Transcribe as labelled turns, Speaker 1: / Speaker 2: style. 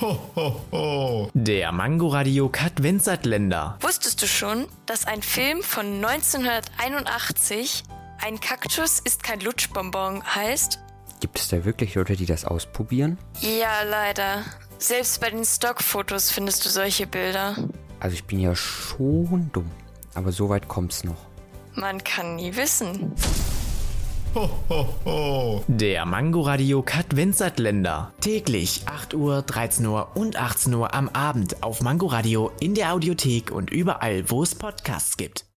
Speaker 1: Ho, ho, ho. Der Mangoradiokat Kat Vincent-Länder.
Speaker 2: Wusstest du schon, dass ein Film von 1981 Ein Kaktus ist kein Lutschbonbon heißt?
Speaker 3: Gibt es da wirklich Leute, die das ausprobieren?
Speaker 2: Ja, leider. Selbst bei den Stockfotos findest du solche Bilder.
Speaker 3: Also ich bin ja schon dumm, aber so weit kommt's noch.
Speaker 2: Man kann nie wissen.
Speaker 1: Ho, ho, ho. Der Mangoradiokat Kat Vincent-Länder.
Speaker 4: Täglich 8 Uhr, 13 Uhr und 18 Uhr am Abend auf Mangoradio in der Audiothek und überall, wo es Podcasts gibt.